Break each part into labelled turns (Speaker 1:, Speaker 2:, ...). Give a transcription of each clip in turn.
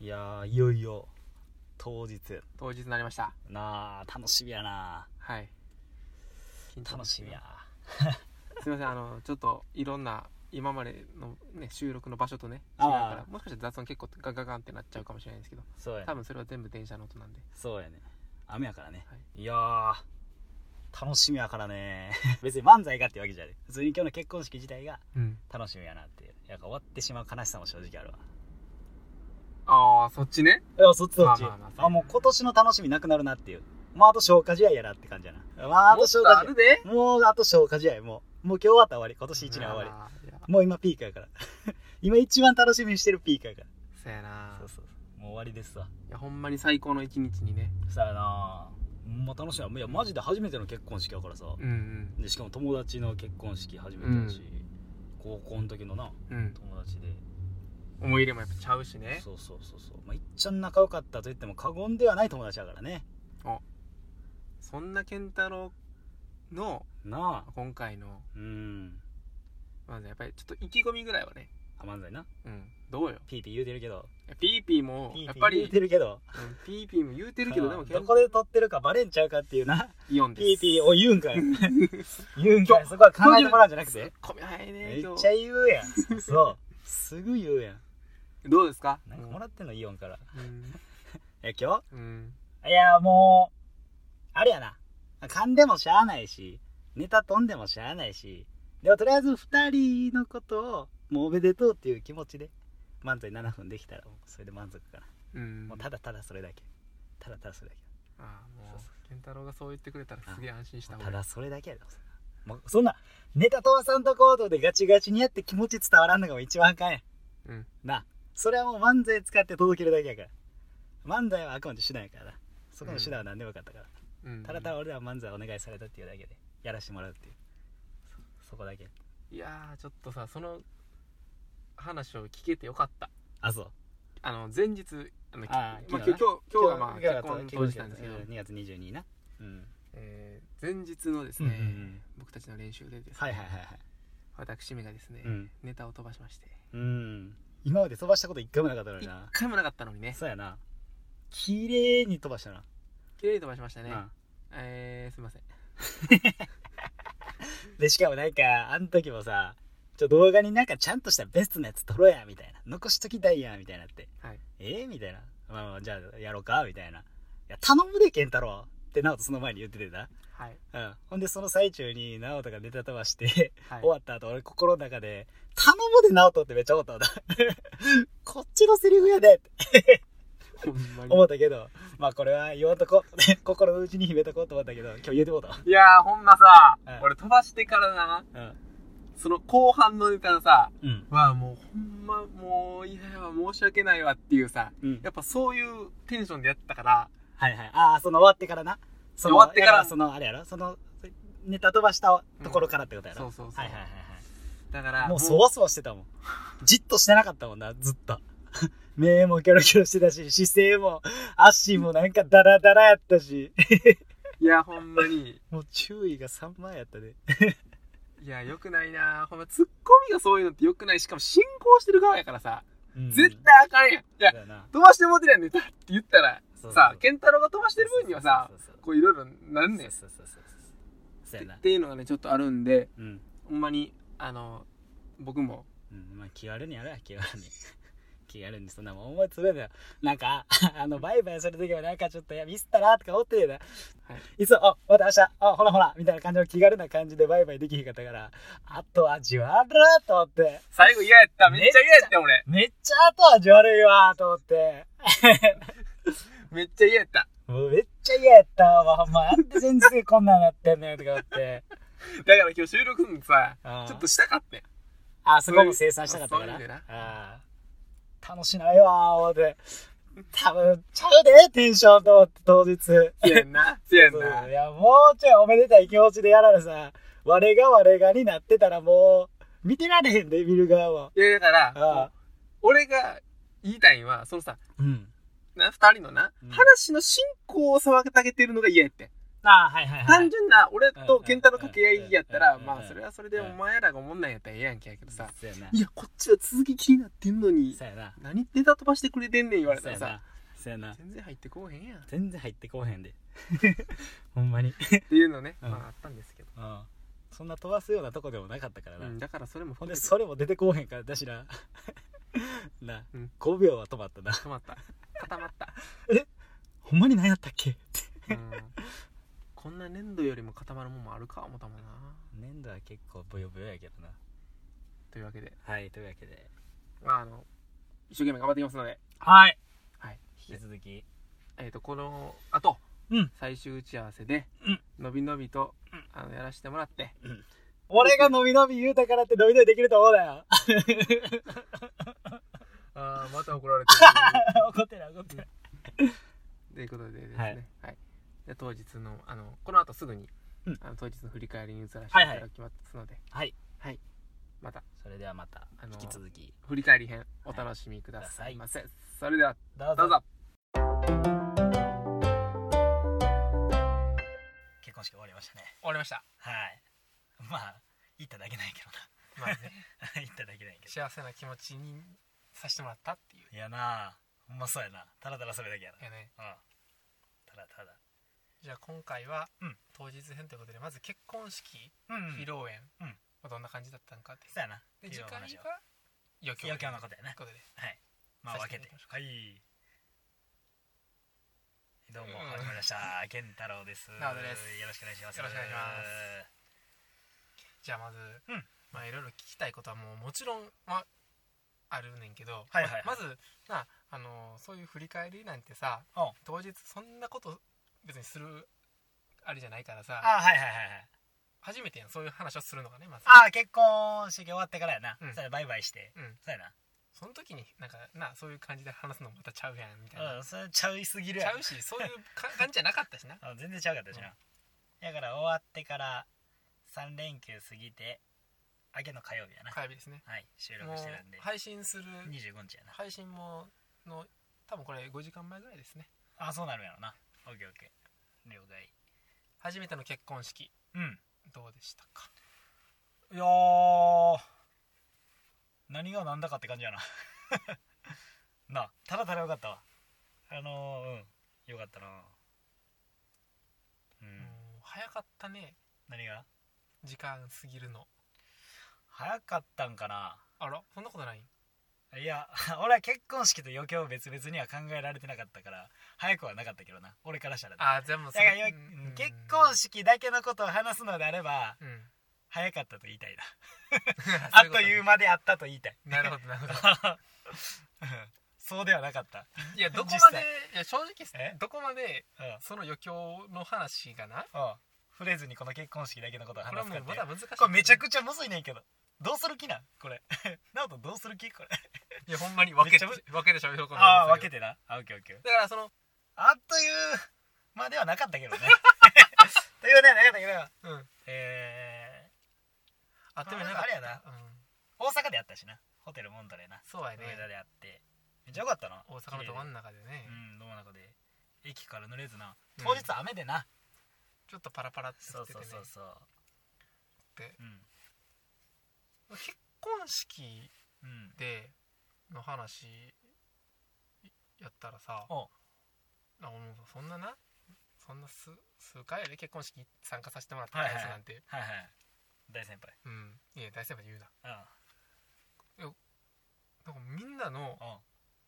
Speaker 1: いやーいよいよ当日
Speaker 2: 当日になりました
Speaker 1: なあ楽しみやな
Speaker 2: はい緊張
Speaker 1: 楽しみや
Speaker 2: すいませんあのちょっといろんな今までの、ね、収録の場所とね違
Speaker 1: あ
Speaker 2: う
Speaker 1: ー
Speaker 2: からもしかしたら雑音結構ガンガンガンってなっちゃうかもしれないんですけど
Speaker 1: そうや
Speaker 2: 多
Speaker 1: ね
Speaker 2: 分それは全部電車の音なんで
Speaker 1: そうやね雨やからね、、
Speaker 2: はい
Speaker 1: やー楽しみやからね 別に漫才がってわけじゃね普通に今日の結婚式自体が
Speaker 2: うん
Speaker 1: 楽しみやなっていうやっぱ終わってしまう悲しさも正直あるわ
Speaker 2: ああそっちね
Speaker 1: いやそっちそっち、
Speaker 2: まあまあまあそうやな
Speaker 1: あもう今年の楽しみなくなるなっていうまああと消化試合やなって感じやなまああ
Speaker 2: も
Speaker 1: と
Speaker 2: っ
Speaker 1: 消
Speaker 2: と
Speaker 1: 化
Speaker 2: あ
Speaker 1: 試
Speaker 2: るで
Speaker 1: 合もうあと消化試合もうもう今日終わったら終わり今年1年終わり
Speaker 2: あーいや
Speaker 1: もう今ピークやから 今一番楽しみにしてるピークやから
Speaker 2: そやな
Speaker 1: そうそうそうもう終わりですわ
Speaker 2: いやほんまに最高の一日にね
Speaker 1: さあなほんま楽しみやいやマジで初めての結婚式やからさ、
Speaker 2: うん
Speaker 1: でしかも友達の結婚式初めてだし、高校の時のな
Speaker 2: うんうん
Speaker 1: 友達で
Speaker 2: 思い入れもやっぱちゃうしね
Speaker 1: そうそうそうそうまあいっちゃん仲良かったと言っても過言ではない友達やからね
Speaker 2: そんな健太郎の
Speaker 1: なあ
Speaker 2: 今回の
Speaker 1: うん
Speaker 2: まずやっぱりちょっと意気込みぐらいはね
Speaker 1: あ漫才な
Speaker 2: うんどうよ
Speaker 1: ピーピー言うてるけど
Speaker 2: ピーピーも
Speaker 1: ピー
Speaker 2: やっ
Speaker 1: ピ
Speaker 2: ぱ
Speaker 1: ー言う
Speaker 2: り
Speaker 1: てるけど
Speaker 2: うんピーピーも言うてるけどで
Speaker 1: う
Speaker 2: も
Speaker 1: んどこで撮ってるかバレんちゃうかっていうな
Speaker 2: イオンです
Speaker 1: ピーピーを言うん かい言うんかいそこは考えてもらうんじゃなくて
Speaker 2: 米早いね
Speaker 1: めっ
Speaker 2: 今
Speaker 1: ちゃ
Speaker 2: 日
Speaker 1: 言うやん そうすぐ言うやん
Speaker 2: どうですか
Speaker 1: なんかもらってんのイオンから
Speaker 2: うん
Speaker 1: え今
Speaker 2: うん
Speaker 1: 日いやもうあれやな噛んでもしゃあないしネタ飛んでもしゃあないしでもとりあえず2人のことをもうおめでとうっていう気持ちで漫才7分できたらもうそれで満足かな、
Speaker 2: うん
Speaker 1: もうただただそれだけただただそれだけ
Speaker 2: あーも
Speaker 1: そうそう
Speaker 2: 健太郎がそう言ってくれたらすげえ安心した
Speaker 1: もう
Speaker 2: 俺
Speaker 1: ただそれだけやでもうそんなネタ飛ばさんとこうとでガチガチにやって気持ち伝わらんのがもう一番あかんやん
Speaker 2: うん
Speaker 1: なそれはもう漫才使って届けるだけやから漫才はあくまで手段やからなそこの手段は何でもよかったから、
Speaker 2: うん
Speaker 1: ただただ俺らは漫才お願いされたっていうだけでやらしてもらうっていうそそこだけ
Speaker 2: いやーちょっとさその話を聞けてよかった
Speaker 1: あそう
Speaker 2: あの前日あのき
Speaker 1: あー
Speaker 2: ま
Speaker 1: 昨
Speaker 2: あ
Speaker 1: 日
Speaker 2: 今日今日はま
Speaker 1: 今
Speaker 2: あ
Speaker 1: 日
Speaker 2: 結婚当日なんですけど
Speaker 1: うん2月22日なうん
Speaker 2: えー前日のです
Speaker 1: うんうんう
Speaker 2: ね
Speaker 1: ん
Speaker 2: 僕たちの練習でです
Speaker 1: はいはい
Speaker 2: ね
Speaker 1: はいはい
Speaker 2: 私めがですね
Speaker 1: うん、
Speaker 2: ネタを飛ばしまして
Speaker 1: うん、今まで飛ばしたこと一回もなかったのに
Speaker 2: 一
Speaker 1: な
Speaker 2: 回もなかったのにね
Speaker 1: そうやな綺麗に飛ばしたな、
Speaker 2: 綺麗に飛ばしましたね
Speaker 1: うん
Speaker 2: えーすいません
Speaker 1: でしかもなんかあの時もさちょ動画になんかちゃんとしたベストなやつ撮ろうやみたいな残しときたいやみたいなって、
Speaker 2: はい
Speaker 1: えー、みたいな、まあ、まあじゃあやろうかみたいないや頼むで健太郎って直人その前に言っててな、
Speaker 2: はい
Speaker 1: うん、ほんでその最中に直人がネタ飛ばして、
Speaker 2: はい
Speaker 1: 終わった後俺心の中で「頼むで直人」ってめっちゃ思ったんだ こっちのセリフやでって
Speaker 2: ほんまに
Speaker 1: 思ったけどまあこれは言わんとこ 心の内に秘めとこうと思ったけど今日言えてもうたわ
Speaker 2: いやーほんまさ
Speaker 1: うん
Speaker 2: 俺飛ばしてからな
Speaker 1: うん
Speaker 2: その後半のネタのさ
Speaker 1: うん
Speaker 2: はもうほんまもういやいや申し訳ないわっていうさ
Speaker 1: うん
Speaker 2: やっぱそういうテンションでやったから
Speaker 1: はいはい。ああ、その終わってからな。その
Speaker 2: 終わってから
Speaker 1: だその、あれやろその、ネタ飛ばしたところからってことやろ、
Speaker 2: そうそうそ
Speaker 1: は
Speaker 2: う
Speaker 1: いはいはい
Speaker 2: だ
Speaker 1: は
Speaker 2: から
Speaker 1: い。もうそわそわしてたもん。じっとしてなかったもんな、ずっと。 目もキョロキョロしてたし、姿勢も、足もなんかダラダラやったし、
Speaker 2: いやほんまに
Speaker 1: もう注意が3万やったで。
Speaker 2: いやよくないなほんまツッコミがそういうのってよくないしかも進行してる側やからさ
Speaker 1: うん
Speaker 2: 絶対あかんやんいや
Speaker 1: だよな。
Speaker 2: 飛ばしてもうてるやんネタって言ったら
Speaker 1: そうそう
Speaker 2: さ健太郎が飛ばしてる分にはさ
Speaker 1: そうそうそうそう、
Speaker 2: こういろいろなんねんっ
Speaker 1: そうそうそうそう。そうやな
Speaker 2: っ。ていうのがねちょっとあるんで
Speaker 1: うん。
Speaker 2: ほんまにあの僕も
Speaker 1: うん、まあ気軽にやれ気軽に 気軽にそんなもん思いつぶやいてよなんか あのバイバイする時はなんかちょっといやミスったなとか思ってるよな、い、つもあまた明日あほらほらみたいな感じの気軽な感じでバイバイできへんかったから後味悪いと思って
Speaker 2: 最後嫌やっためっちゃ嫌やった俺
Speaker 1: めっちゃ後味悪いわと思って
Speaker 2: めっちゃ嫌やった
Speaker 1: もうめっちゃ嫌やったわほんまなんで全然こんなんなってんのよとか思って
Speaker 2: だから今日収録するのさ
Speaker 1: あー
Speaker 2: ちょっとしたかったよ
Speaker 1: あそこも生産したかったから
Speaker 2: そういう意味でな
Speaker 1: あー楽しないわー思って多分ちゃうでテンションと思って当日
Speaker 2: せやんな せやん
Speaker 1: そう
Speaker 2: ない
Speaker 1: やもうちょいおめでたい気持ちでやられさ我が我がになってたらもう見てられへんで見る側はい
Speaker 2: やだから
Speaker 1: ああ
Speaker 2: 俺が言いたいんはそのさ
Speaker 1: うん
Speaker 2: な二人のな、
Speaker 1: うん
Speaker 2: 話の進行を騒げてあげてるのが嫌やって
Speaker 1: ああ、はいはいは
Speaker 2: 単
Speaker 1: い。
Speaker 2: 純な俺と健太の掛け合いやったら
Speaker 1: うん
Speaker 2: まあそれはそれでお前らがおもんないんやったらええやんけやけどさ
Speaker 1: そうやな。
Speaker 2: いやこっちは続き気になってんのに
Speaker 1: そうやな。
Speaker 2: 何ネタ飛ばしてくれてんねん言われたら
Speaker 1: そうやな
Speaker 2: さ
Speaker 1: そうやな。
Speaker 2: 全然入ってこうへんやんっ
Speaker 1: 全然入ってこうへ んで。ほんまに。
Speaker 2: ていうのね
Speaker 1: うん
Speaker 2: まああったんですけど
Speaker 1: うん。そんな飛ばすようなとこでもなかったからな。
Speaker 2: うんだからそれも
Speaker 1: ほん
Speaker 2: 含
Speaker 1: で、
Speaker 2: めて
Speaker 1: それも出てこうへんから、私ら。 な、
Speaker 2: うん
Speaker 1: 5秒は止まったな。
Speaker 2: 止ま った固まった
Speaker 1: ほんまに何やったっけ
Speaker 2: うんこんな粘土よりも固まるもんもあるか思ったもんな
Speaker 1: 粘土は結構ブヨブヨやけどな。
Speaker 2: というわけで
Speaker 1: はい、というわけで。
Speaker 2: まああの一生懸命頑張っていきますので
Speaker 1: はい。
Speaker 2: はい
Speaker 1: 引き続き。
Speaker 2: えっとこのあと
Speaker 1: うん。
Speaker 2: 最終打ち合わせで
Speaker 1: うん
Speaker 2: のびのびと
Speaker 1: うん
Speaker 2: あのやらせてもらって
Speaker 1: 俺が伸び伸び言うたからって伸び伸びできると思うなよ。
Speaker 2: ああまた怒られてる
Speaker 1: 怒ってない怒ってない。
Speaker 2: ということでですね、
Speaker 1: は
Speaker 2: はいいで当日のあのこの後すぐに、
Speaker 1: うん
Speaker 2: あの当日の振り返りに移らせてい
Speaker 1: はいはい
Speaker 2: ただきますので、
Speaker 1: はい。
Speaker 2: また
Speaker 1: それではまた、
Speaker 2: あの
Speaker 1: 引
Speaker 2: ー
Speaker 1: き続き。
Speaker 2: 振り返り編お楽しみくださいませ、それでは
Speaker 1: どう
Speaker 2: どう
Speaker 1: ぞ。
Speaker 2: ぞ
Speaker 1: 結婚式終わりましたね。
Speaker 2: 終わりました、
Speaker 1: はい。まあ、行っただけないけど
Speaker 2: まあね、
Speaker 1: な。 行っただけないけど。
Speaker 2: 幸せな気持ちにさせてもらったっていう
Speaker 1: いやなあほんまそうやな。ただただそれだけやな。
Speaker 2: いやね
Speaker 1: うん。ただただ。
Speaker 2: じゃあ今回は、
Speaker 1: うん
Speaker 2: 当日編ということでまず結婚式
Speaker 1: うん
Speaker 2: 披露宴、
Speaker 1: うん
Speaker 2: まあどんな感じだったのかって
Speaker 1: そうやな。昨
Speaker 2: で
Speaker 1: 日
Speaker 2: 次
Speaker 1: の
Speaker 2: 回は
Speaker 1: 話を
Speaker 2: 余興
Speaker 1: 余興のことやな。
Speaker 2: ことで
Speaker 1: はい。まあ
Speaker 2: さ
Speaker 1: 分
Speaker 2: せて
Speaker 1: けて
Speaker 2: いただきましょ。
Speaker 1: はい。どうも、
Speaker 2: うん
Speaker 1: 始まりました。健太郎です。
Speaker 2: 直人です
Speaker 1: よろしくお願いします。
Speaker 2: よろしくお願いしますじゃあまず、
Speaker 1: ん
Speaker 2: まあいろいろ聞きたいことはもうもちろんはあるねんけど、
Speaker 1: はいはいはい
Speaker 2: まあまずなあのそういう振り返りなんてさ
Speaker 1: うん
Speaker 2: 当日そんなこと別にするあれじゃないから
Speaker 1: あ
Speaker 2: さ
Speaker 1: はいはいはいはい。
Speaker 2: 初めてやんそういう話をするのがねまず
Speaker 1: ああ、結婚式終わってからやな。
Speaker 2: うん
Speaker 1: そうやバイバイして。
Speaker 2: うん
Speaker 1: そうやな。
Speaker 2: その時になんかなそういう感じで話すのもまたちゃうやんみたいな、
Speaker 1: うん、それちゃいすぎる
Speaker 2: ち
Speaker 1: や
Speaker 2: ゃ
Speaker 1: ろ
Speaker 2: うしそういうか感じじゃなかったし な
Speaker 1: あ全然ちゃうかったしな、だから終わってから3連休過ぎて明けの火曜日やなは
Speaker 2: 火曜日ですね
Speaker 1: い収
Speaker 2: も
Speaker 1: 録してるんで
Speaker 2: う配信する
Speaker 1: 25日やな
Speaker 2: 配信もの多分これ5時間前ぐらいですね
Speaker 1: あそうなるんやろなオッケーオッケー了解
Speaker 2: 初めての結婚式
Speaker 1: うん
Speaker 2: どうでしたか
Speaker 1: いやー何が何だかって感じやな なあただただよかったわあのー、うんよかったなうん、
Speaker 2: もう早かったね
Speaker 1: 何が
Speaker 2: 時間過ぎるの
Speaker 1: 早かったんかな
Speaker 2: あらそんなことない
Speaker 1: いや 俺は結婚式と余興を別々には考えられてなかったから早くはなかったけどな俺からしたらだか
Speaker 2: あー全部それ
Speaker 1: らよ
Speaker 2: うん
Speaker 1: 結婚式だけのことを話すのであれば
Speaker 2: うん
Speaker 1: 早かったと言いたいな
Speaker 2: そういうこ
Speaker 1: あっという間であったと言いたい
Speaker 2: となるほどなるほど
Speaker 1: そうではなかった、
Speaker 2: いやどこ
Speaker 1: 実
Speaker 2: まで
Speaker 1: 際
Speaker 2: いや正
Speaker 1: え
Speaker 2: 直どこまで
Speaker 1: うんうん
Speaker 2: その余興の話がな
Speaker 1: 触れずにこの結婚式だけのことを
Speaker 2: これは
Speaker 1: 話す
Speaker 2: も
Speaker 1: か
Speaker 2: う
Speaker 1: って
Speaker 2: まだ難しい
Speaker 1: これめちゃくちゃむずいねんけどどうする気なんこれ なおとどうする気これ
Speaker 2: いやほんまに分けて
Speaker 1: めっ
Speaker 2: 分けてしゃべろうか
Speaker 1: ああ分け
Speaker 2: て
Speaker 1: てなあオッケーオッケー
Speaker 2: だからその
Speaker 1: あっというまではなかったけ どねというねなかったけど
Speaker 2: うん
Speaker 1: え
Speaker 2: あでもなんか
Speaker 1: あれやな
Speaker 2: うん
Speaker 1: ー、大阪でやったしなホテルモントレーな
Speaker 2: そうやね
Speaker 1: 上田であってめっちゃよかったな
Speaker 2: 大阪のど真ん中で
Speaker 1: 綺麗
Speaker 2: ね
Speaker 1: でうんど真ん中で駅から濡れずな
Speaker 2: うん
Speaker 1: 当日雨でな、
Speaker 2: ちょっとパラパラって
Speaker 1: そう
Speaker 2: して
Speaker 1: そ
Speaker 2: て
Speaker 1: う
Speaker 2: ね
Speaker 1: そうそう
Speaker 2: で
Speaker 1: うん
Speaker 2: 結婚式
Speaker 1: うん
Speaker 2: での話やったらさ
Speaker 1: お
Speaker 2: な俺もそんななそんな数数回やで結婚式参加させてもらったやつなんて、
Speaker 1: はいはい大先輩
Speaker 2: うんいや大先輩言うな
Speaker 1: う
Speaker 2: なんかみんなの
Speaker 1: んうん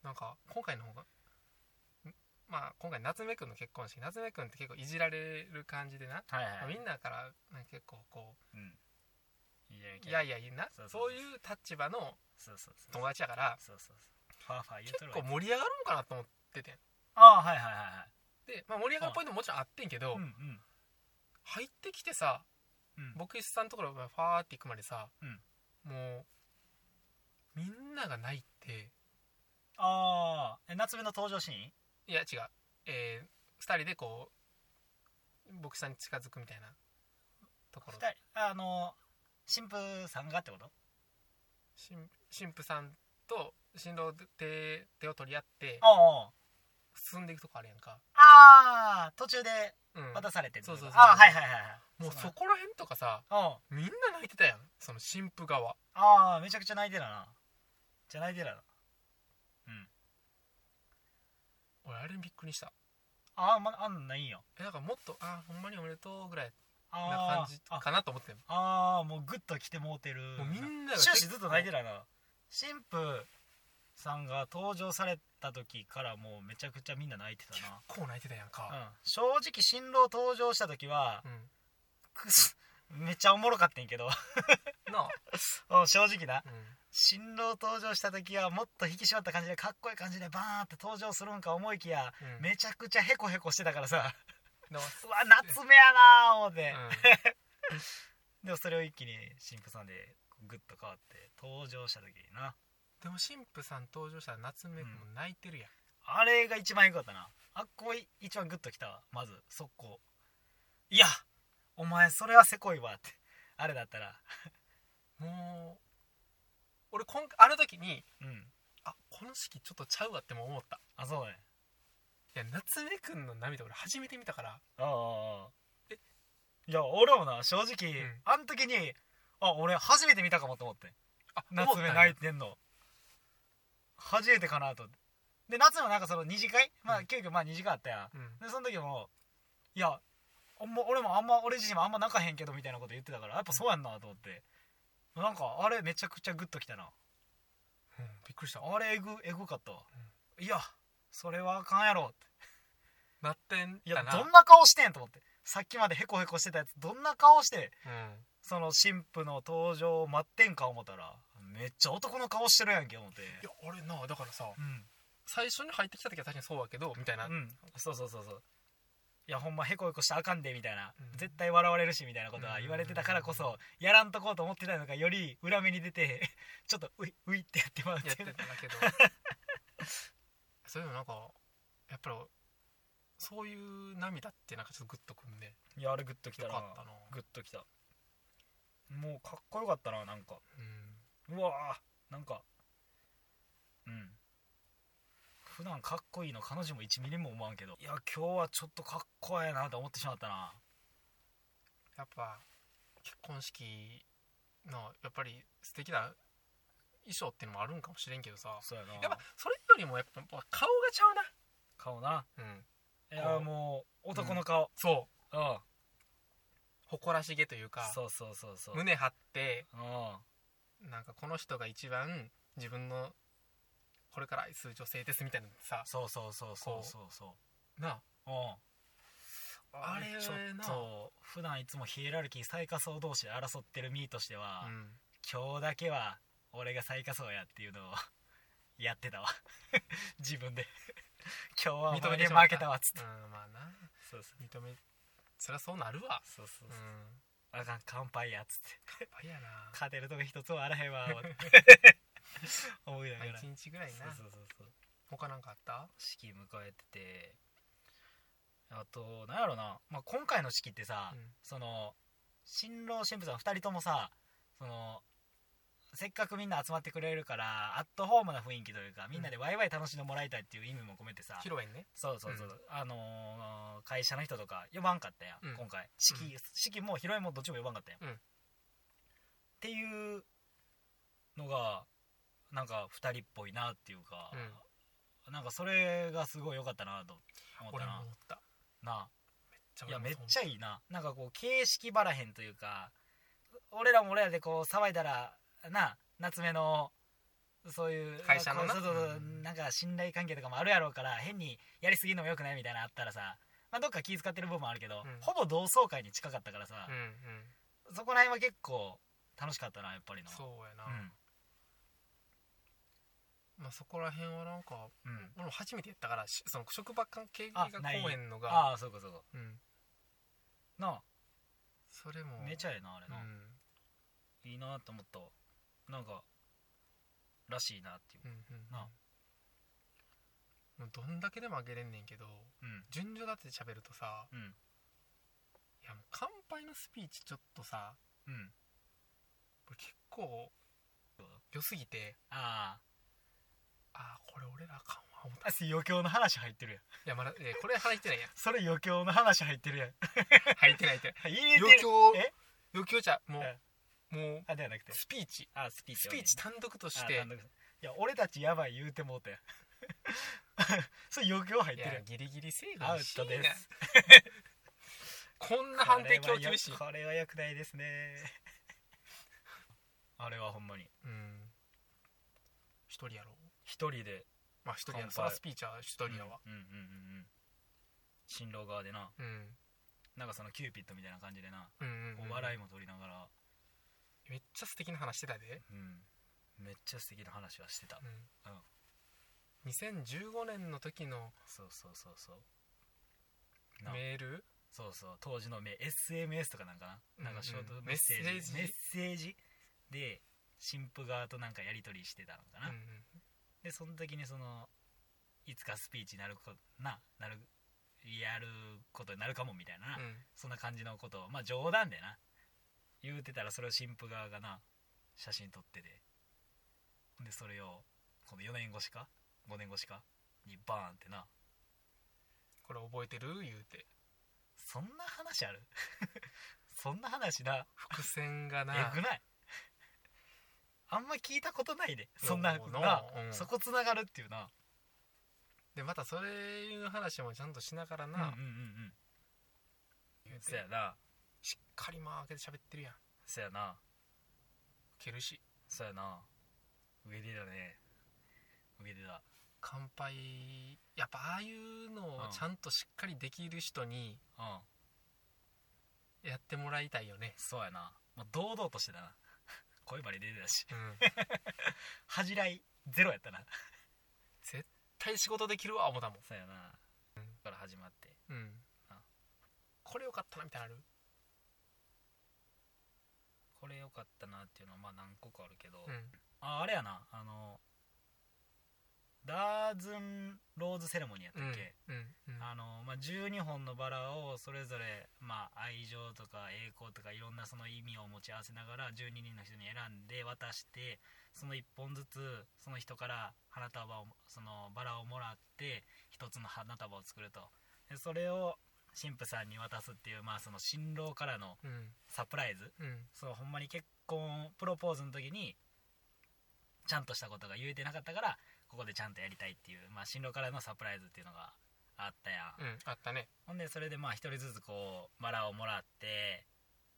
Speaker 2: なんか今回の方がんまあ今回夏目くんの結婚式夏目くんって結構いじられる感じでな、
Speaker 1: はい
Speaker 2: まあ
Speaker 1: は
Speaker 2: み
Speaker 1: い
Speaker 2: んなからなんか結構こ
Speaker 1: うんいやいう
Speaker 2: い
Speaker 1: け
Speaker 2: やいやいいな
Speaker 1: そうそう
Speaker 2: そういう立場の
Speaker 1: そうそうそう
Speaker 2: 友達やから
Speaker 1: そうそうそうファーファー言う
Speaker 2: 結
Speaker 1: とるわ
Speaker 2: 構盛り上がるんかなと思っててん
Speaker 1: ああはいはいはいはい
Speaker 2: で、まあ、盛り上がるポイントももちろんあってんけど、
Speaker 1: うんうん
Speaker 2: 入ってきてさ
Speaker 1: うん
Speaker 2: 牧師さんのところがファーって行くまでさ、
Speaker 1: うん
Speaker 2: もうみんなが泣いて
Speaker 1: ああえ夏目の登場シーン
Speaker 2: いや違う、えー、2人でこう牧師さんに近づくみたいなところ
Speaker 1: 二人あの新婦さんがってこと
Speaker 2: 新新婦さんと新郎で手手を取り合って
Speaker 1: あ
Speaker 2: 進んでいくとこあるやんか
Speaker 1: あああ途中で
Speaker 2: うん
Speaker 1: 渡されてる
Speaker 2: そうそうそう
Speaker 1: あはいはいはいはい
Speaker 2: もうそ
Speaker 1: こ
Speaker 2: こら辺とかさ
Speaker 1: あ
Speaker 2: みんな泣いてたやんその新婦側
Speaker 1: あーめちゃくちゃ泣いてるなじゃ泣いてるな
Speaker 2: 俺あれびっくりした
Speaker 1: ああまあんないんよ
Speaker 2: えだからもっとあほんまにおめでとうぐらいな感
Speaker 1: あ
Speaker 2: じ
Speaker 1: ああ
Speaker 2: かなと思ってん
Speaker 1: あーもうグッと来てもうてる
Speaker 2: もうみんなが
Speaker 1: 終始ずっと泣いてるよな新婦さんが登場された時からもうめちゃくちゃみんな泣いてた
Speaker 2: 結構泣いてたやん
Speaker 1: な、う
Speaker 2: か
Speaker 1: ん、正直新郎登場した時は
Speaker 2: うん、
Speaker 1: くすめっちゃおもろかったんやけど
Speaker 2: な あ、
Speaker 1: うん正直な
Speaker 2: うん、
Speaker 1: 新郎登場した時はもっと引き締まった感じでかっこいい感じでバーンって登場するんか思いきや
Speaker 2: うん
Speaker 1: めちゃくちゃヘコヘコしてたからさ
Speaker 2: だか
Speaker 1: うわ夏目やなー思って、
Speaker 2: ら
Speaker 1: でもそれを一気に新婦さんでグッと変わって登場した時にな
Speaker 2: でも新婦さん登場したら夏目くんも泣いてるやん、
Speaker 1: あれが一番良かったなあっこい一番グッときたわまず速攻いやお前それはせこいわってあれだったら
Speaker 2: もう俺今あの時に
Speaker 1: うん
Speaker 2: あこの式ちょっとちゃうわっても思った
Speaker 1: あそうだね
Speaker 2: いや夏目くんの涙俺初めて見たから
Speaker 1: ああ
Speaker 2: え
Speaker 1: いや俺もな正直、
Speaker 2: ん
Speaker 1: あん時にあ俺初めて見たかもと思って
Speaker 2: あ
Speaker 1: 夏目泣いてんの初めてかなとで夏目もなんかその二次会ま
Speaker 2: う
Speaker 1: あ急遽まあ二次会あったやん
Speaker 2: 思ったんや
Speaker 1: でその時もいやあんま俺もあんま俺自身もあんま泣かへんけどみたいなこと言ってたからやっぱそうやんなと思ってなんかあれめちゃくちゃグッときたな
Speaker 2: うん、うん、びっくりした
Speaker 1: あれえぐえぐかったわ、いやそれはあかんやろって
Speaker 2: なってん
Speaker 1: いや
Speaker 2: だな
Speaker 1: どんな顔してんと思ってさっきまでヘコヘコしてたやつどんな顔してその新婦の登場を待ってんか思ったらめっちゃ男の顔してるやんけ思って
Speaker 2: いや俺なだからさ
Speaker 1: うん
Speaker 2: 最初に入ってきた時は確かにそうやけどみたいな、
Speaker 1: うんそうそうそうそういやほんまへこへこしたらあかんでみたいな、
Speaker 2: うん
Speaker 1: 絶対笑われるしみたいなことは言われてたからこそ、やらんとこうと思ってたのがより裏目に出て ちょっとういういってやってもらうって
Speaker 2: や
Speaker 1: い
Speaker 2: ってた
Speaker 1: う
Speaker 2: けどそれでもなんかやっぱりそういう涙ってなんかちょっとグッとくんで
Speaker 1: いやあれグッときた
Speaker 2: よ
Speaker 1: な
Speaker 2: かったな
Speaker 1: グッときたもうかっこよかったななんか
Speaker 2: うん
Speaker 1: うわーなんかうん普段かっこいいの彼女も1ミリも思わんけどいや今日はちょっとかっこええなと思ってしまったな
Speaker 2: やっぱ結婚式のやっぱり素敵な衣装っていうのもあるんかもしれんけどさ
Speaker 1: そうやな
Speaker 2: やっぱそれよりもやっぱ顔がちゃう
Speaker 1: 顔な
Speaker 2: なうん
Speaker 1: いやもう男の顔
Speaker 2: そう
Speaker 1: うん
Speaker 2: 誇らしげというか
Speaker 1: そうそうそうそう
Speaker 2: 胸張って
Speaker 1: うん
Speaker 2: なんかこの人が一番自分のこれから愛する女性ですみたいなさ
Speaker 1: そうそうそうそうそうそう
Speaker 2: なあ
Speaker 1: うん
Speaker 2: あれ
Speaker 1: ちょっと普段いつもヒエラルキー最下層同士で争ってる身としては、
Speaker 2: うん
Speaker 1: 今日だけは俺が最下層やっていうのを やってたわ 自分で 今日はお前に負けたわっつって
Speaker 2: うんまあな
Speaker 1: そうそう
Speaker 2: 認めそりゃそうなるわ
Speaker 1: そうそううんそうあかん乾杯やっつって
Speaker 2: やっぱりやな
Speaker 1: 勝てるとこ一つもあらへんわ思って 思いな
Speaker 2: ま
Speaker 1: が
Speaker 2: あ
Speaker 1: ら
Speaker 2: 一日ぐらい
Speaker 1: そう
Speaker 2: な
Speaker 1: そうそうそう
Speaker 2: 他なんかあった
Speaker 1: 式迎えててあとなんやろな、まあ、今回の式ってさ、
Speaker 2: うん
Speaker 1: その新郎新婦さん2人ともさそのせっかくみんな集まってくれるからアットホームな雰囲気というかみんなでワイワイ楽しんでもらいたいっていう意味も込めてさ、
Speaker 2: 披露宴ね
Speaker 1: そうそうそう、
Speaker 2: うん
Speaker 1: あのー会社の人とか呼ばんかったやん、
Speaker 2: うん
Speaker 1: 今回式,、式も披露宴もどっちも呼ばんかったやん、
Speaker 2: うん
Speaker 1: っていうのがなんか2人っぽいなっていうか、なんかそれがすごい良かったなと思った
Speaker 2: 俺も
Speaker 1: な
Speaker 2: 思った
Speaker 1: なあいやめっち
Speaker 2: ゃ
Speaker 1: ゃいいななんかこう形式ばらへんというか俺らも俺らでこう騒いだらな夏目のそういう
Speaker 2: 会社のな
Speaker 1: こうそうそうそう
Speaker 2: うん
Speaker 1: なんか信頼関係とかもあるやろうから変にやりすぎるのもよくないみたいなのあったらさ、まあ、どっか気遣ってる部分もあるけど、
Speaker 2: うん
Speaker 1: ほぼ同窓会に近かったからさ
Speaker 2: うん、うん
Speaker 1: そこら辺は結構楽しかったなやっぱりな
Speaker 2: そうやな、
Speaker 1: うん
Speaker 2: まあ、そこら辺はなんか
Speaker 1: うん、
Speaker 2: 俺も初めてやったからしその職場関係
Speaker 1: あ
Speaker 2: が
Speaker 1: ない
Speaker 2: 公演のが、
Speaker 1: ああそうかそうか
Speaker 2: うん、
Speaker 1: なあ
Speaker 2: それも
Speaker 1: めちゃええなあれ
Speaker 2: うん
Speaker 1: な、いいなと思ったわなんからしいなっていう
Speaker 2: うんうん
Speaker 1: なあ
Speaker 2: もうどんだけでもあげれんねんけど
Speaker 1: うん
Speaker 2: 順序立てて喋るとさ
Speaker 1: うん
Speaker 2: いやもう乾杯のスピーチちょっとさ
Speaker 1: うん
Speaker 2: 俺結構良すぎて
Speaker 1: ああ
Speaker 2: ああこれ俺らあかんわ思った
Speaker 1: あそれ余興の話入ってるやん
Speaker 2: いやまだいやこれ入っ てないやん
Speaker 1: それ余興の話入ってるやん
Speaker 2: 入ってないって
Speaker 1: 入れてる
Speaker 2: 余興
Speaker 1: え
Speaker 2: 余興じゃも
Speaker 1: え
Speaker 2: うもう
Speaker 1: あではなくて
Speaker 2: スピーチ
Speaker 1: あスピーチ
Speaker 2: スピーチ単独とし
Speaker 1: あ
Speaker 2: て
Speaker 1: 単独いや俺たちやばい言うて もうたやんそれ余興入っ
Speaker 2: い
Speaker 1: てるや
Speaker 2: や
Speaker 1: ん
Speaker 2: ギリギリセーフ
Speaker 1: アウ
Speaker 2: し
Speaker 1: トです
Speaker 2: こんな判定今日厳しい
Speaker 1: これはよこれは良くないですね あれはほんまに
Speaker 2: うん一人やろう
Speaker 1: 一人で
Speaker 2: まあ一人
Speaker 1: 乾
Speaker 2: やろ
Speaker 1: 杯
Speaker 2: そらスピーチは一人やわ
Speaker 1: うんうんうんうんうん新郎側でな
Speaker 2: うん
Speaker 1: なんかそのキューピッドみたいな感じでな、
Speaker 2: うんうん
Speaker 1: お笑いも取りながら、
Speaker 2: めっちゃ素敵な話してたで
Speaker 1: うん、めっちゃ素敵な話はしてた、
Speaker 2: う
Speaker 1: うん
Speaker 2: ん2015年の時の
Speaker 1: そうそうそうそうな
Speaker 2: メール
Speaker 1: そうそう当時のめ SMS とかなんかな,、なんかショー
Speaker 2: うんう
Speaker 1: ト
Speaker 2: ん
Speaker 1: メッセージ,、
Speaker 2: メッセージ
Speaker 1: メッセージで新婦側となんかやり取りしてたのか
Speaker 2: うん
Speaker 1: な、でその時にそのいつかスピーチなるこななるやることになるかもみたいなな、
Speaker 2: うんうん
Speaker 1: そんな感じのことをまあ冗談でな言うてたらそれを新婦側がな写真撮っててほんでそれをこの4年越しか5年越しかにバーンってな
Speaker 2: これ覚えてる言うて
Speaker 1: そんな話ある そんな話な
Speaker 2: 伏線がな
Speaker 1: えぐないあんま聞いたことないで
Speaker 2: いや
Speaker 1: そんな
Speaker 2: もう
Speaker 1: な
Speaker 2: うん
Speaker 1: そこつながるっていうな
Speaker 2: でまたそれいう話もちゃんとしながら
Speaker 1: うんうん
Speaker 2: な、
Speaker 1: うん
Speaker 2: 言
Speaker 1: う
Speaker 2: うんて
Speaker 1: そやな
Speaker 2: しっかり間開けて喋ってるやんウ
Speaker 1: そやな
Speaker 2: ケるし
Speaker 1: そやな上手だね上手だ
Speaker 2: 乾杯やっぱああいうのを
Speaker 1: うん
Speaker 2: ちゃんとしっかりできる人に
Speaker 1: うん
Speaker 2: やってもらいたい よね
Speaker 1: そうやな、まあ、堂々としてたな 声バレ出てたし
Speaker 2: うん
Speaker 1: 恥じらいゼロや ったな
Speaker 2: 絶対仕事できるわ思ったもん
Speaker 1: そうやな、から始まって
Speaker 2: うん
Speaker 1: あ
Speaker 2: これよかったなみたいなのある
Speaker 1: これ良かったなっていうのはまあ何個かあるけど、
Speaker 2: うん
Speaker 1: ああれやなあのダーズンローズセレモニーやった
Speaker 2: うん
Speaker 1: っけ、
Speaker 2: うん
Speaker 1: あのまあ、12本のバラをそれぞれ、まあ、愛情とか栄光とかいろんなその意味を持ち合わせながら12人の人に選んで渡してその1本ずつその人から花束をそのバラをもらって1つの花束を作るとでそれを神父さんに渡すっていう、まあ、その新郎からの
Speaker 2: うん
Speaker 1: サプライズ
Speaker 2: うん
Speaker 1: そうほんまに結婚プロポーズの時にちゃんとしたことが言えてなかったからここでちゃんとやりたいっていう、まあ、新郎からのサプライズっていうのがあったやん、
Speaker 2: うん、あったね
Speaker 1: ほんでそれでまあ一人ずつこうバラをもらって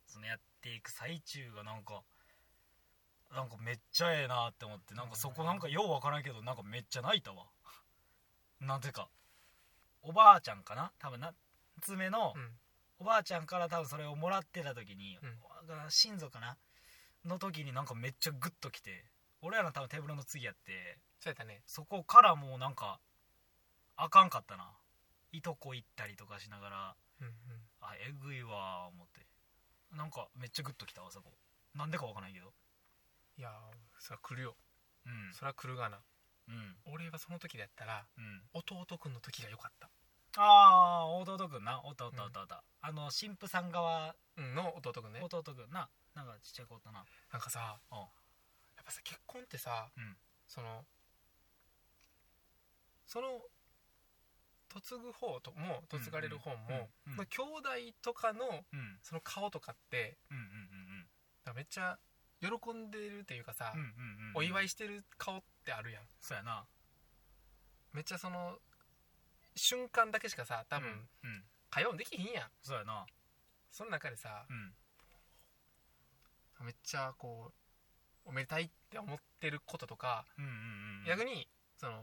Speaker 1: そのやっていく最中がなんかなんかめっちゃええなって思ってなんかそこなんかようわからんけどなんかめっちゃ泣いたわなぜかおばあちゃんかな多分な夏目の
Speaker 2: うん
Speaker 1: おばあちゃんから多分それをもらってた時に、親族かなの時になんかめっちゃグッときて俺らの多分テーブルの次やって
Speaker 2: そうやったね
Speaker 1: そこからもうなんかあかんかったないとこ行ったりとかしながら
Speaker 2: うんうん
Speaker 1: あえぐいわー思ってなんかめっちゃグッときたわそこなんでかわからないけど
Speaker 2: いやーそら来るよ
Speaker 1: うん
Speaker 2: そら来るがな
Speaker 1: うん
Speaker 2: 俺はその時だったら
Speaker 1: うん
Speaker 2: 弟くんの時が良かった
Speaker 1: ああ弟くんなおったおったおったおった、あの新婦さん側
Speaker 2: うんの弟くんね
Speaker 1: 弟くんななんかちっちゃい子おったな
Speaker 2: なんかさ
Speaker 1: うん
Speaker 2: やっぱさ結婚ってさ
Speaker 1: うん
Speaker 2: そのその嫁ぐ方とも嫁がれる方も、
Speaker 1: うんうん
Speaker 2: の兄弟とかの
Speaker 1: うん
Speaker 2: その顔とかって
Speaker 1: うんうん
Speaker 2: なんかめっちゃ喜んでるっていうかさ、
Speaker 1: うんうんうんうんうん
Speaker 2: お祝い
Speaker 1: し
Speaker 2: してる顔ってあるやん
Speaker 1: そうやな
Speaker 2: めっちゃその瞬間だけしかさ多分
Speaker 1: うん、うん、
Speaker 2: 会話もできひんやん
Speaker 1: そうやな
Speaker 2: その中でさ
Speaker 1: う、ん
Speaker 2: めっちゃこうおめでたいって思ってることとか、
Speaker 1: うんうんうん
Speaker 2: 逆にその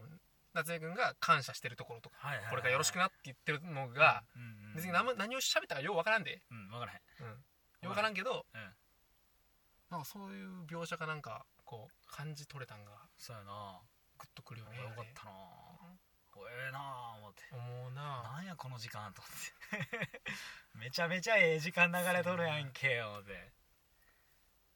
Speaker 2: 夏江君が感謝してるところとか、
Speaker 1: はいはいはい
Speaker 2: これからよろしくなって言ってるのが、
Speaker 1: うんうんうん
Speaker 2: 別に何も何を喋ったかようわからんで、
Speaker 1: うん分からへん
Speaker 2: ようわからんけど
Speaker 1: うん
Speaker 2: なんかそういう描写かなんかこう感じ取れたんが
Speaker 1: そうやな
Speaker 2: グッとくるよね
Speaker 1: よかったなええなあ思って
Speaker 2: あれ思うな
Speaker 1: なんやこの時間と思って めちゃめちゃええ時間流れとるやんけ思って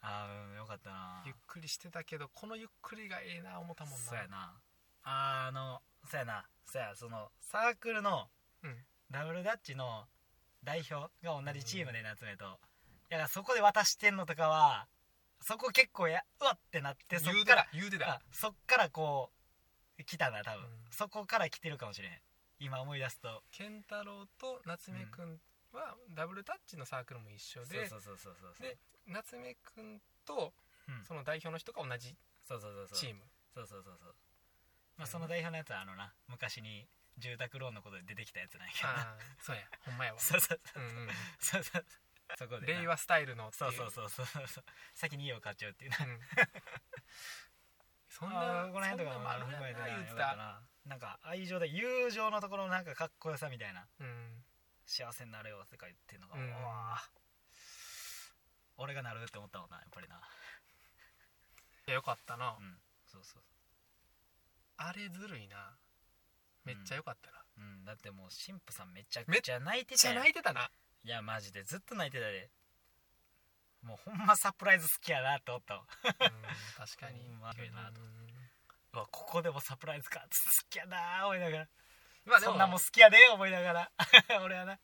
Speaker 1: ああうんよかったな
Speaker 2: ゆっくりしてたけどこのゆっくりがええな思ったもんな
Speaker 1: そうやなあーあのそうやなそうやそのサークルの
Speaker 2: うん
Speaker 1: ダブルダッチの代表が同じチームで夏目と、だからそこで渡してんのとかはそこ結構やうわってなってそっ
Speaker 2: 言うて
Speaker 1: から
Speaker 2: た言うて
Speaker 1: あ
Speaker 2: た
Speaker 1: そっからこう来たな多分、
Speaker 2: うん
Speaker 1: そこから来てるかもしれん今思い出すと
Speaker 2: 健太郎と夏目くんはダブルタッチのサークルも一緒
Speaker 1: そう
Speaker 2: で
Speaker 1: そうそうそうそう
Speaker 2: で夏目くんと
Speaker 1: うん
Speaker 2: その代表の人が同じ
Speaker 1: そうそうそうそう
Speaker 2: チーム
Speaker 1: そうそうそうそうまあその代表のやつはあのな昔に住宅ローンのことで出てきたやつなんやけどな
Speaker 2: ああそうやほんまや わ
Speaker 1: そうそう
Speaker 2: うんうん
Speaker 1: そうそうそうそこでな
Speaker 2: 令和スタイルのってい
Speaker 1: そうそうそうそうそう先に家を買っちゃうっていうな
Speaker 2: うんそん
Speaker 1: あー
Speaker 2: な
Speaker 1: この辺とか
Speaker 2: そん
Speaker 1: も
Speaker 2: な
Speaker 1: ある
Speaker 2: もん
Speaker 1: ほ
Speaker 2: や
Speaker 1: んまや
Speaker 2: な
Speaker 1: な言
Speaker 2: 言っ
Speaker 1: ってて
Speaker 2: た
Speaker 1: たななんか愛情で友情のところのなんかかっこよさみたいな
Speaker 2: うん
Speaker 1: 幸せになれよとか言ってんのが、
Speaker 2: うん
Speaker 1: うわー俺がなるって思ったもんなやっぱりな、
Speaker 2: いやよかったな
Speaker 1: うん、そうそう、
Speaker 2: あれずるいなめっちゃよかったな
Speaker 1: うん、だってもう神父さんめちゃくちゃ泣いて
Speaker 2: めっち
Speaker 1: た
Speaker 2: ゃ
Speaker 1: やん
Speaker 2: 泣いて たない
Speaker 1: やマジでずっと泣いてたでもうほんまサプライズ好きやなって思ったわ
Speaker 2: うん確かに
Speaker 1: ほんまやなと
Speaker 2: うん
Speaker 1: うわここでもサプライズか好きやな思いながら、
Speaker 2: まあで
Speaker 1: そ
Speaker 2: も
Speaker 1: んなもん好きやで思いながら 俺はな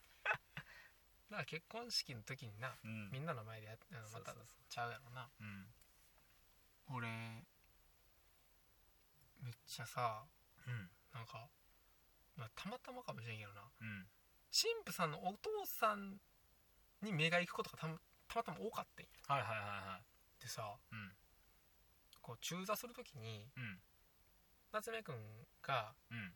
Speaker 2: なんか結婚式の時にな
Speaker 1: うん
Speaker 2: みんなの前でやっうん
Speaker 1: そうそ
Speaker 2: ま
Speaker 1: う
Speaker 2: た
Speaker 1: そう
Speaker 2: ちゃうやろな
Speaker 1: うん
Speaker 2: 俺めっちゃさ
Speaker 1: うん
Speaker 2: なんかまあたまたまかもしれんけどな
Speaker 1: うん
Speaker 2: 神父さんのお父さんに目が行くことがたまたまたま多かったんや
Speaker 1: はいはいはいは
Speaker 2: でさ
Speaker 1: いうん
Speaker 2: こう中座する時に
Speaker 1: うん
Speaker 2: 夏目くんが
Speaker 1: うん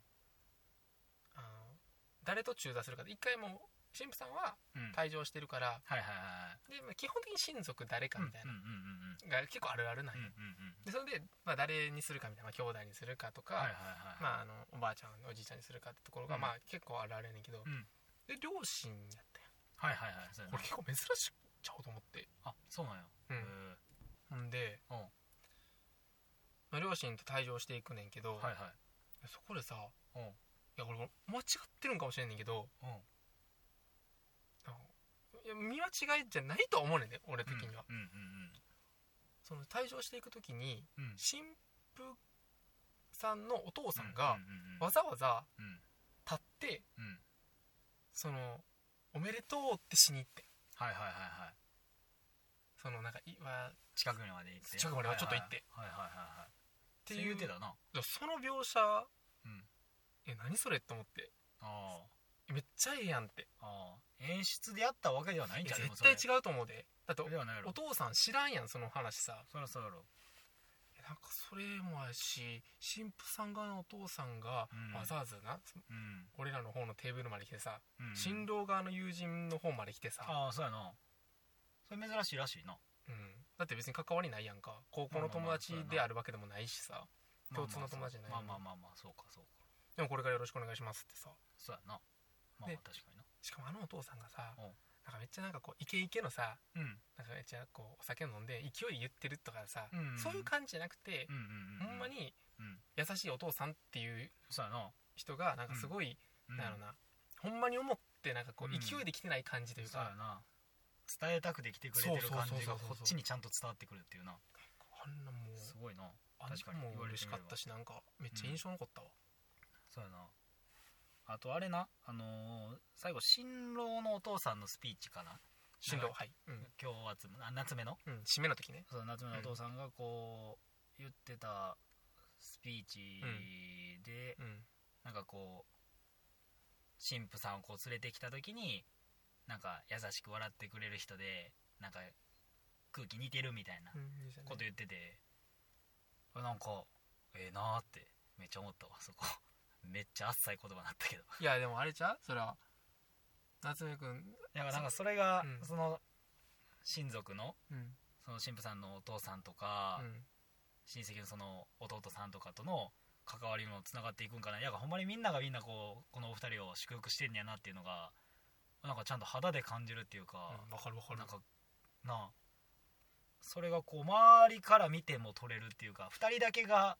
Speaker 2: あの誰と中座するかで一回もう神父さんは
Speaker 1: うんはい
Speaker 2: 退場してるから
Speaker 1: はいはいはい
Speaker 2: で、まあ基本的に親族誰かみたいな
Speaker 1: うんうんうんうんうん
Speaker 2: が結構あるあるなん
Speaker 1: うん
Speaker 2: や、
Speaker 1: うんうん
Speaker 2: でそれで、まあ、誰にするかみたいな、まあ、兄弟にするかとか、
Speaker 1: はいはいはい
Speaker 2: まあ、あのおばあちゃんおじいちゃんにするかってところが、
Speaker 1: うん
Speaker 2: まあ、結構あるあるやねんけど、
Speaker 1: うん
Speaker 2: で両親やったや
Speaker 1: はいはいはいそうや
Speaker 2: ん
Speaker 1: な
Speaker 2: これ結構珍しいちゃうと思って
Speaker 1: あそうなんや
Speaker 2: う
Speaker 1: へ
Speaker 2: ん
Speaker 1: ー
Speaker 2: ほんで、
Speaker 1: うん
Speaker 2: まあ、両親と退場していくねんけど、
Speaker 1: はいはい
Speaker 2: そこでさい
Speaker 1: うん
Speaker 2: やこれ間違ってるんかもしれんねんけど
Speaker 1: うん
Speaker 2: あのいや見間違いじゃないとは思うねんね俺的には、
Speaker 1: うんうん
Speaker 2: その退場していく時に
Speaker 1: うんうん
Speaker 2: 新婦さんのお父さん
Speaker 1: う
Speaker 2: が
Speaker 1: んうんうん
Speaker 2: わざわざ
Speaker 1: うん
Speaker 2: 立って
Speaker 1: うん
Speaker 2: そのおめでとうってしに行って
Speaker 1: はいはいはいはい
Speaker 2: そのなんかいわっ
Speaker 1: 近くにまで行って
Speaker 2: 近くまではちょっと行って
Speaker 1: はいはいはいはいはいって
Speaker 2: て
Speaker 1: い
Speaker 2: いうう
Speaker 1: 手だな
Speaker 2: その描写、
Speaker 1: うん
Speaker 2: え何それと思って
Speaker 1: あ
Speaker 2: めっちゃええやんって
Speaker 1: あああ演出でやったわけではないん
Speaker 2: い
Speaker 1: じ
Speaker 2: や
Speaker 1: ゃう
Speaker 2: 絶対違うと思うでだって
Speaker 1: でもそれではないやろ
Speaker 2: お父さん知らんやんその話さ
Speaker 1: そろそろやろ
Speaker 2: なんかそれもやし新婦さん側のお父さんが
Speaker 1: うん
Speaker 2: わざわざな、
Speaker 1: うん
Speaker 2: 俺らの方のテーブルまで来てさ、
Speaker 1: うん
Speaker 2: 新郎側の友人の方まで来てさ、
Speaker 1: ああそうやなそれ珍しいらしいな
Speaker 2: うん、だって別に関わりないやんか高校の友達であるわけでもないしさ
Speaker 1: まあまあ
Speaker 2: 共通の友達じゃない
Speaker 1: まあまあまあまあそうかそうか
Speaker 2: でもこれからよろしくお願いしますってさ
Speaker 1: そうやなまあまあ
Speaker 2: で
Speaker 1: 確かにな
Speaker 2: しかもあのお父さんがさ
Speaker 1: うん
Speaker 2: なんかめっちゃなんかこうイケイケのさ
Speaker 1: うん
Speaker 2: なんかめっちゃこうお酒を飲んで勢い言ってるとかさ、
Speaker 1: うんうん
Speaker 2: そういう感じじゃなくて
Speaker 1: う、んうんうん
Speaker 2: ほんまに
Speaker 1: うん
Speaker 2: 優しいお父さんっていう
Speaker 1: そうやな
Speaker 2: 人がなんかすごい、
Speaker 1: うん
Speaker 2: なんやろなほんまに思ってなんかこう
Speaker 1: うん
Speaker 2: 勢いで来てない感じという
Speaker 1: そうや
Speaker 2: か、
Speaker 1: な伝えたくて来てくれてる感じがこっちにちゃんと伝わってくるっていうな
Speaker 2: あんなもう
Speaker 1: すごいな
Speaker 2: あん
Speaker 1: 確かに
Speaker 2: なも
Speaker 1: 言わ
Speaker 2: う
Speaker 1: れ
Speaker 2: 嬉
Speaker 1: て
Speaker 2: し
Speaker 1: みれ
Speaker 2: か
Speaker 1: ば
Speaker 2: ったしなんかめっちゃ印象残ったわ、
Speaker 1: そうやなあとあれなあのー最後新郎のお父さんのスピーチかな
Speaker 2: 新郎はい、うん
Speaker 1: 今日はつむあ夏目の
Speaker 2: うん、締めの時ね
Speaker 1: そう夏目のお父さんがこう言ってたスピーチで、
Speaker 2: うん
Speaker 1: なんかこう神父さんをこう連れてきた時になんか優しく笑ってくれる人でなんか空気似てるみたいな
Speaker 2: うんいいじゃんね
Speaker 1: こと言ってて、あなんかええなーってめっちゃ思ったわそこ めっちゃあっさい言葉な ったけど
Speaker 2: いやでもあれちゃうそれは夏目くん
Speaker 1: だからなんかそれが
Speaker 2: うん
Speaker 1: その親族の
Speaker 2: うん
Speaker 1: その神父さんのお父さんとか、
Speaker 2: うん
Speaker 1: 親戚のその弟さんとかとの関わりもつながっていくんかないやほんまにみんながみんなこうこのお二人を祝福してんねやなっていうのがなんかちゃんと肌で感じるっていうか、
Speaker 2: うんわかるわかる
Speaker 1: なんかなあそれがこう周りから見ても取れるっていうか二人だけが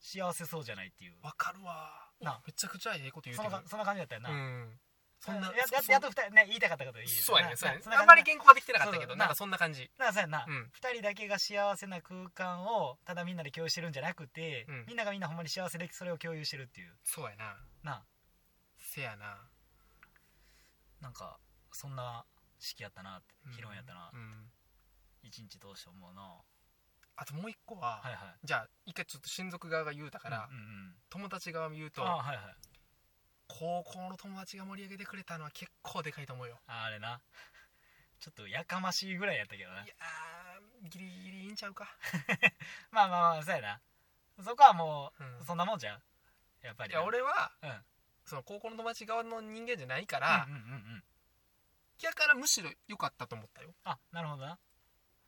Speaker 1: 幸せそうじゃないっていう
Speaker 2: わかるわ
Speaker 1: なあ
Speaker 2: おめちゃくちゃええこと言う
Speaker 1: そ
Speaker 2: て
Speaker 1: ん
Speaker 2: る
Speaker 1: なそんな感じだったよな、
Speaker 2: うんそんな
Speaker 1: やややっと二
Speaker 2: そ
Speaker 1: 人ね言いたかったこと言えたな
Speaker 2: そうやねそうやね
Speaker 1: なそんな
Speaker 2: あ
Speaker 1: 感
Speaker 2: ん
Speaker 1: じ
Speaker 2: まり原稿はできてなかったけ
Speaker 1: そ
Speaker 2: ど
Speaker 1: う
Speaker 2: なんかそんな感じ
Speaker 1: なんかそうやんな、
Speaker 2: うん
Speaker 1: 2人だけが幸せな空間をただみんなで共有してるんじゃなくて、
Speaker 2: うん
Speaker 1: みんながみんなほんまに幸せでそれを共有してるっていう
Speaker 2: そうやな
Speaker 1: な
Speaker 2: せやな
Speaker 1: なんかそんな式やったなって
Speaker 2: うん
Speaker 1: 披露宴やったな、
Speaker 2: うん
Speaker 1: 一日通して思うな
Speaker 2: あともう一個は、
Speaker 1: はいはい
Speaker 2: じゃあ一回ちょっと親族側が言うたから、
Speaker 1: うんうんうん
Speaker 2: 友達側も言うと
Speaker 1: あはいはい
Speaker 2: 高校の友達が盛り上げてくれたのは結構でかいと思うよ
Speaker 1: ああれな ちょっとやかましいぐらいやったけどない
Speaker 2: やーギリギリいいんちゃうか、
Speaker 1: まあまあまあそうやなそこはも
Speaker 2: うん
Speaker 1: うそんなもんじゃんやっぱ
Speaker 2: い
Speaker 1: りな
Speaker 2: や俺は、
Speaker 1: うん
Speaker 2: その高校の友達側の人間じゃないか
Speaker 1: うん
Speaker 2: ら、
Speaker 1: うんうんうん
Speaker 2: だからむしろ良かったと思ったよ、
Speaker 1: あなるほどな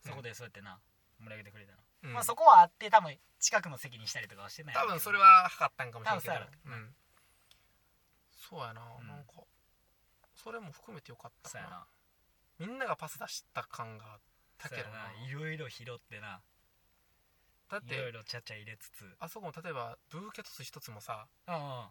Speaker 1: そこでそうやってな盛り上げてくれたの
Speaker 2: うん
Speaker 1: まあそこはあって多分近くの席にしたりとかはしてない
Speaker 2: 多分それ
Speaker 1: は
Speaker 2: は測ったんかもしれんけど
Speaker 1: 多分そうや
Speaker 2: ん、そうやな、
Speaker 1: うん
Speaker 2: なんかそれも含めてよかった
Speaker 1: そ
Speaker 2: か
Speaker 1: うや
Speaker 2: な
Speaker 1: な
Speaker 2: みんながパス出した感があった
Speaker 1: そ
Speaker 2: け
Speaker 1: う
Speaker 2: ど
Speaker 1: や
Speaker 2: な
Speaker 1: ないろいろ拾ってな
Speaker 2: だっ
Speaker 1: いろい
Speaker 2: て
Speaker 1: ろちゃちゃ入れつつ
Speaker 2: あそこも例えばブーケトス一つもさ、
Speaker 1: うんうん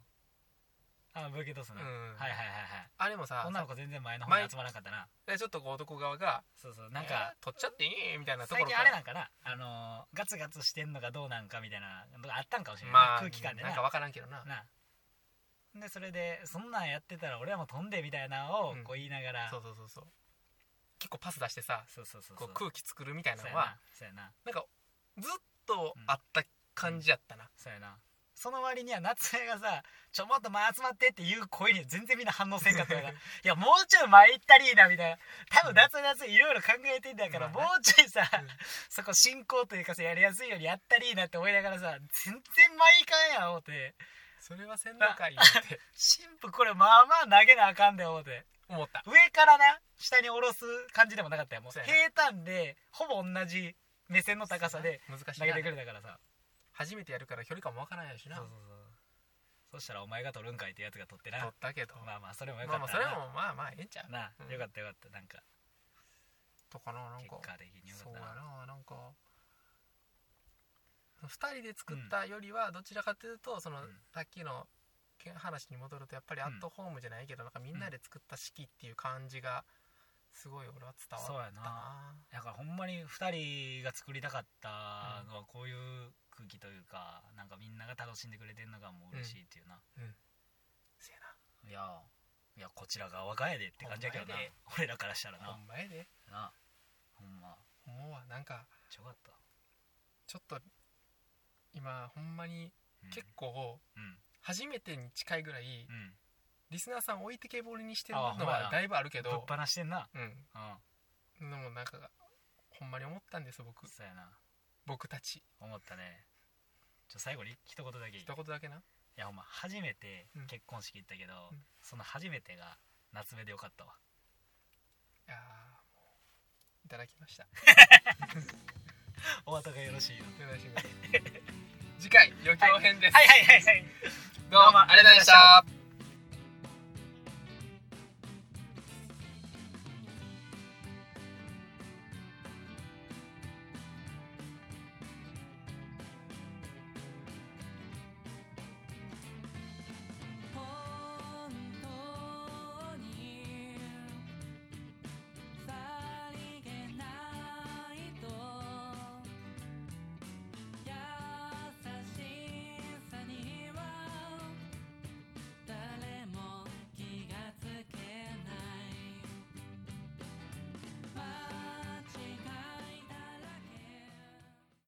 Speaker 1: あブーケトスね
Speaker 2: う
Speaker 1: はい
Speaker 2: ん
Speaker 1: はいはい
Speaker 2: あれも
Speaker 1: はい
Speaker 2: さ
Speaker 1: 女の子全然前の方に集まらなかったな
Speaker 2: でちょっとこう男側が
Speaker 1: そうそう
Speaker 2: 「
Speaker 1: な
Speaker 2: な
Speaker 1: んん
Speaker 2: か
Speaker 1: か
Speaker 2: 取っちゃっていい?」みたいなとこ
Speaker 1: 最
Speaker 2: ろ
Speaker 1: 近
Speaker 2: から
Speaker 1: あれなんかなあのーガツガツしてんのがどうなんかみたいなのがあったんかもしれない、
Speaker 2: まあ
Speaker 1: 空気感で
Speaker 2: な
Speaker 1: なん
Speaker 2: か分からんけどな
Speaker 1: なあでそれでそんなんやってたら俺らも飛んでみたいなのを
Speaker 2: うん
Speaker 1: こう言いながら、
Speaker 2: そうそうそうそう結構パス出してさ
Speaker 1: そうそうそうそ
Speaker 2: こ
Speaker 1: う
Speaker 2: う空気作るみたいな
Speaker 1: そう
Speaker 2: の
Speaker 1: や
Speaker 2: は
Speaker 1: なそうやな
Speaker 2: なんかずっとあった感じやったな、
Speaker 1: そうやなその割には夏江がさ「ちょもっと前集まって」っていう声には全然みんな反応せんかったからいやもうちょい前行ったりいいなみたいな多分夏江夏江いろいろ考えてんだから、
Speaker 2: まあな
Speaker 1: もうちょいさ、
Speaker 2: うん
Speaker 1: そこ進行というかさやりやすいようにやったりいいなって思いながらさ全然前行かんやん思って
Speaker 2: それはせんのかいって
Speaker 1: 新婦これまあまあ投げなあかんで思って
Speaker 2: 思った
Speaker 1: 上からな下に下ろす感じでもなかったよもう
Speaker 2: そうやな
Speaker 1: 平坦でほぼ同じ目線の高さで
Speaker 2: 難しい
Speaker 1: 投げてく
Speaker 2: な
Speaker 1: れたからさ
Speaker 2: 初めてやるから距離感もわからない
Speaker 1: そ
Speaker 2: し
Speaker 1: う
Speaker 2: な
Speaker 1: そうそうそしたらお前が取るんかいってやつが取ってな
Speaker 2: 取ったけどま
Speaker 1: まあまあそれも
Speaker 2: あ
Speaker 1: よかった
Speaker 2: ま
Speaker 1: な
Speaker 2: あそれもまあまあええんちゃう
Speaker 1: な
Speaker 2: うん
Speaker 1: よかったよかったなんか
Speaker 2: とかななん
Speaker 1: 結
Speaker 2: か
Speaker 1: 果的によか
Speaker 2: そう
Speaker 1: っ
Speaker 2: や
Speaker 1: たな
Speaker 2: ななんか2人で作ったよりはどちらかというとその
Speaker 1: うん
Speaker 2: さっきの話に戻るとやっぱりアットホームじゃないけどなんかみんなで作った式っていう感じがすごい俺は伝
Speaker 1: そう
Speaker 2: わっ
Speaker 1: や
Speaker 2: た
Speaker 1: な
Speaker 2: な
Speaker 1: だからほんまに2人が作りたかったのはこういう空気というかなんかみんなが楽しんでくれてんのがもう嬉しいっていうな、
Speaker 2: せやない
Speaker 1: やいやこちら側がやでって感じやけどな
Speaker 2: ほんまやで
Speaker 1: 俺らからしたら
Speaker 2: ほ
Speaker 1: なん
Speaker 2: まやで
Speaker 1: なほんま
Speaker 2: 思うわなんか
Speaker 1: ちょかった、
Speaker 2: ちょっと今ほんまに
Speaker 1: うん
Speaker 2: 結構
Speaker 1: うん
Speaker 2: 初めてに近いぐらい
Speaker 1: うん
Speaker 2: リスナーさん置いてけぼりにしてる
Speaker 1: あほん
Speaker 2: の
Speaker 1: まや
Speaker 2: は
Speaker 1: な
Speaker 2: だいぶあるけ
Speaker 1: ぶっ
Speaker 2: ど
Speaker 1: 放してんな
Speaker 2: うん
Speaker 1: うん
Speaker 2: でもなんかほんまに思ったんです僕
Speaker 1: そうやな
Speaker 2: 僕たち
Speaker 1: 思ったねちょ最後に一言だけいい
Speaker 2: 一言だけない
Speaker 1: やほんま初めて
Speaker 2: うん
Speaker 1: 結婚式行ったけど、
Speaker 2: うん
Speaker 1: その初めてが夏目でよか ったわ
Speaker 2: いやーもういただきました
Speaker 1: お後がよろしいよ
Speaker 2: よろし く次回余興編です、
Speaker 1: はいはいはいはい
Speaker 2: どうもありがとうございました